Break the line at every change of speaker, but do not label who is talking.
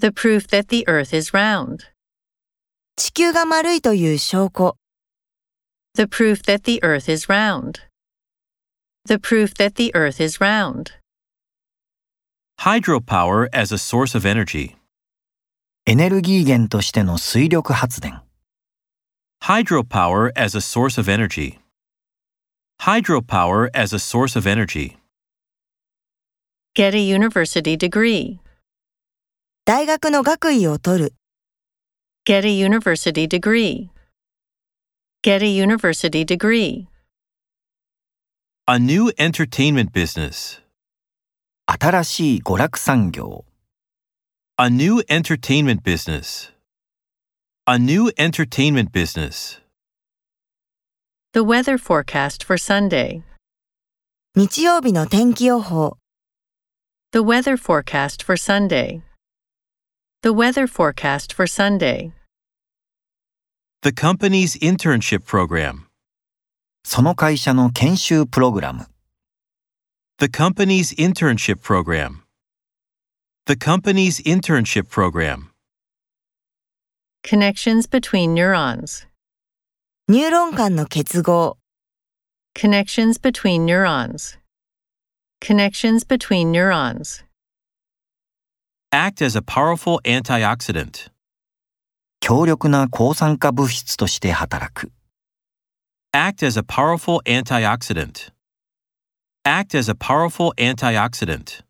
The proof that the earth is round.
地球が丸いという証拠。
The proof that the earth is round. The proof that the earth is round.
Hydropower as a source of energy.
エネルギー源としての水力発電。
Hydropower as a source of energy. Hydropower as a source of energy.
Get a university degree.
大学の学位を取る。
Get a university degree. Get a university degree.
A new entertainment business.
新しい娯楽産業。
A new entertainment business. A new entertainment business.
The weather forecast for Sunday.
日曜日の天気予報。
The weather forecast for Sunday. The weather forecast for Sunday.
The company's internship program.
その会社の研修プログラム。
The company's internship program. The company's internship program.
Connections between neurons.
ニューロン間の結合。
Connections between neurons. Connections between neurons.
Act as a powerful antioxidant.
強力な抗酸化物質として働く。
Act as a powerful antioxidant. Act as a powerful antioxidant.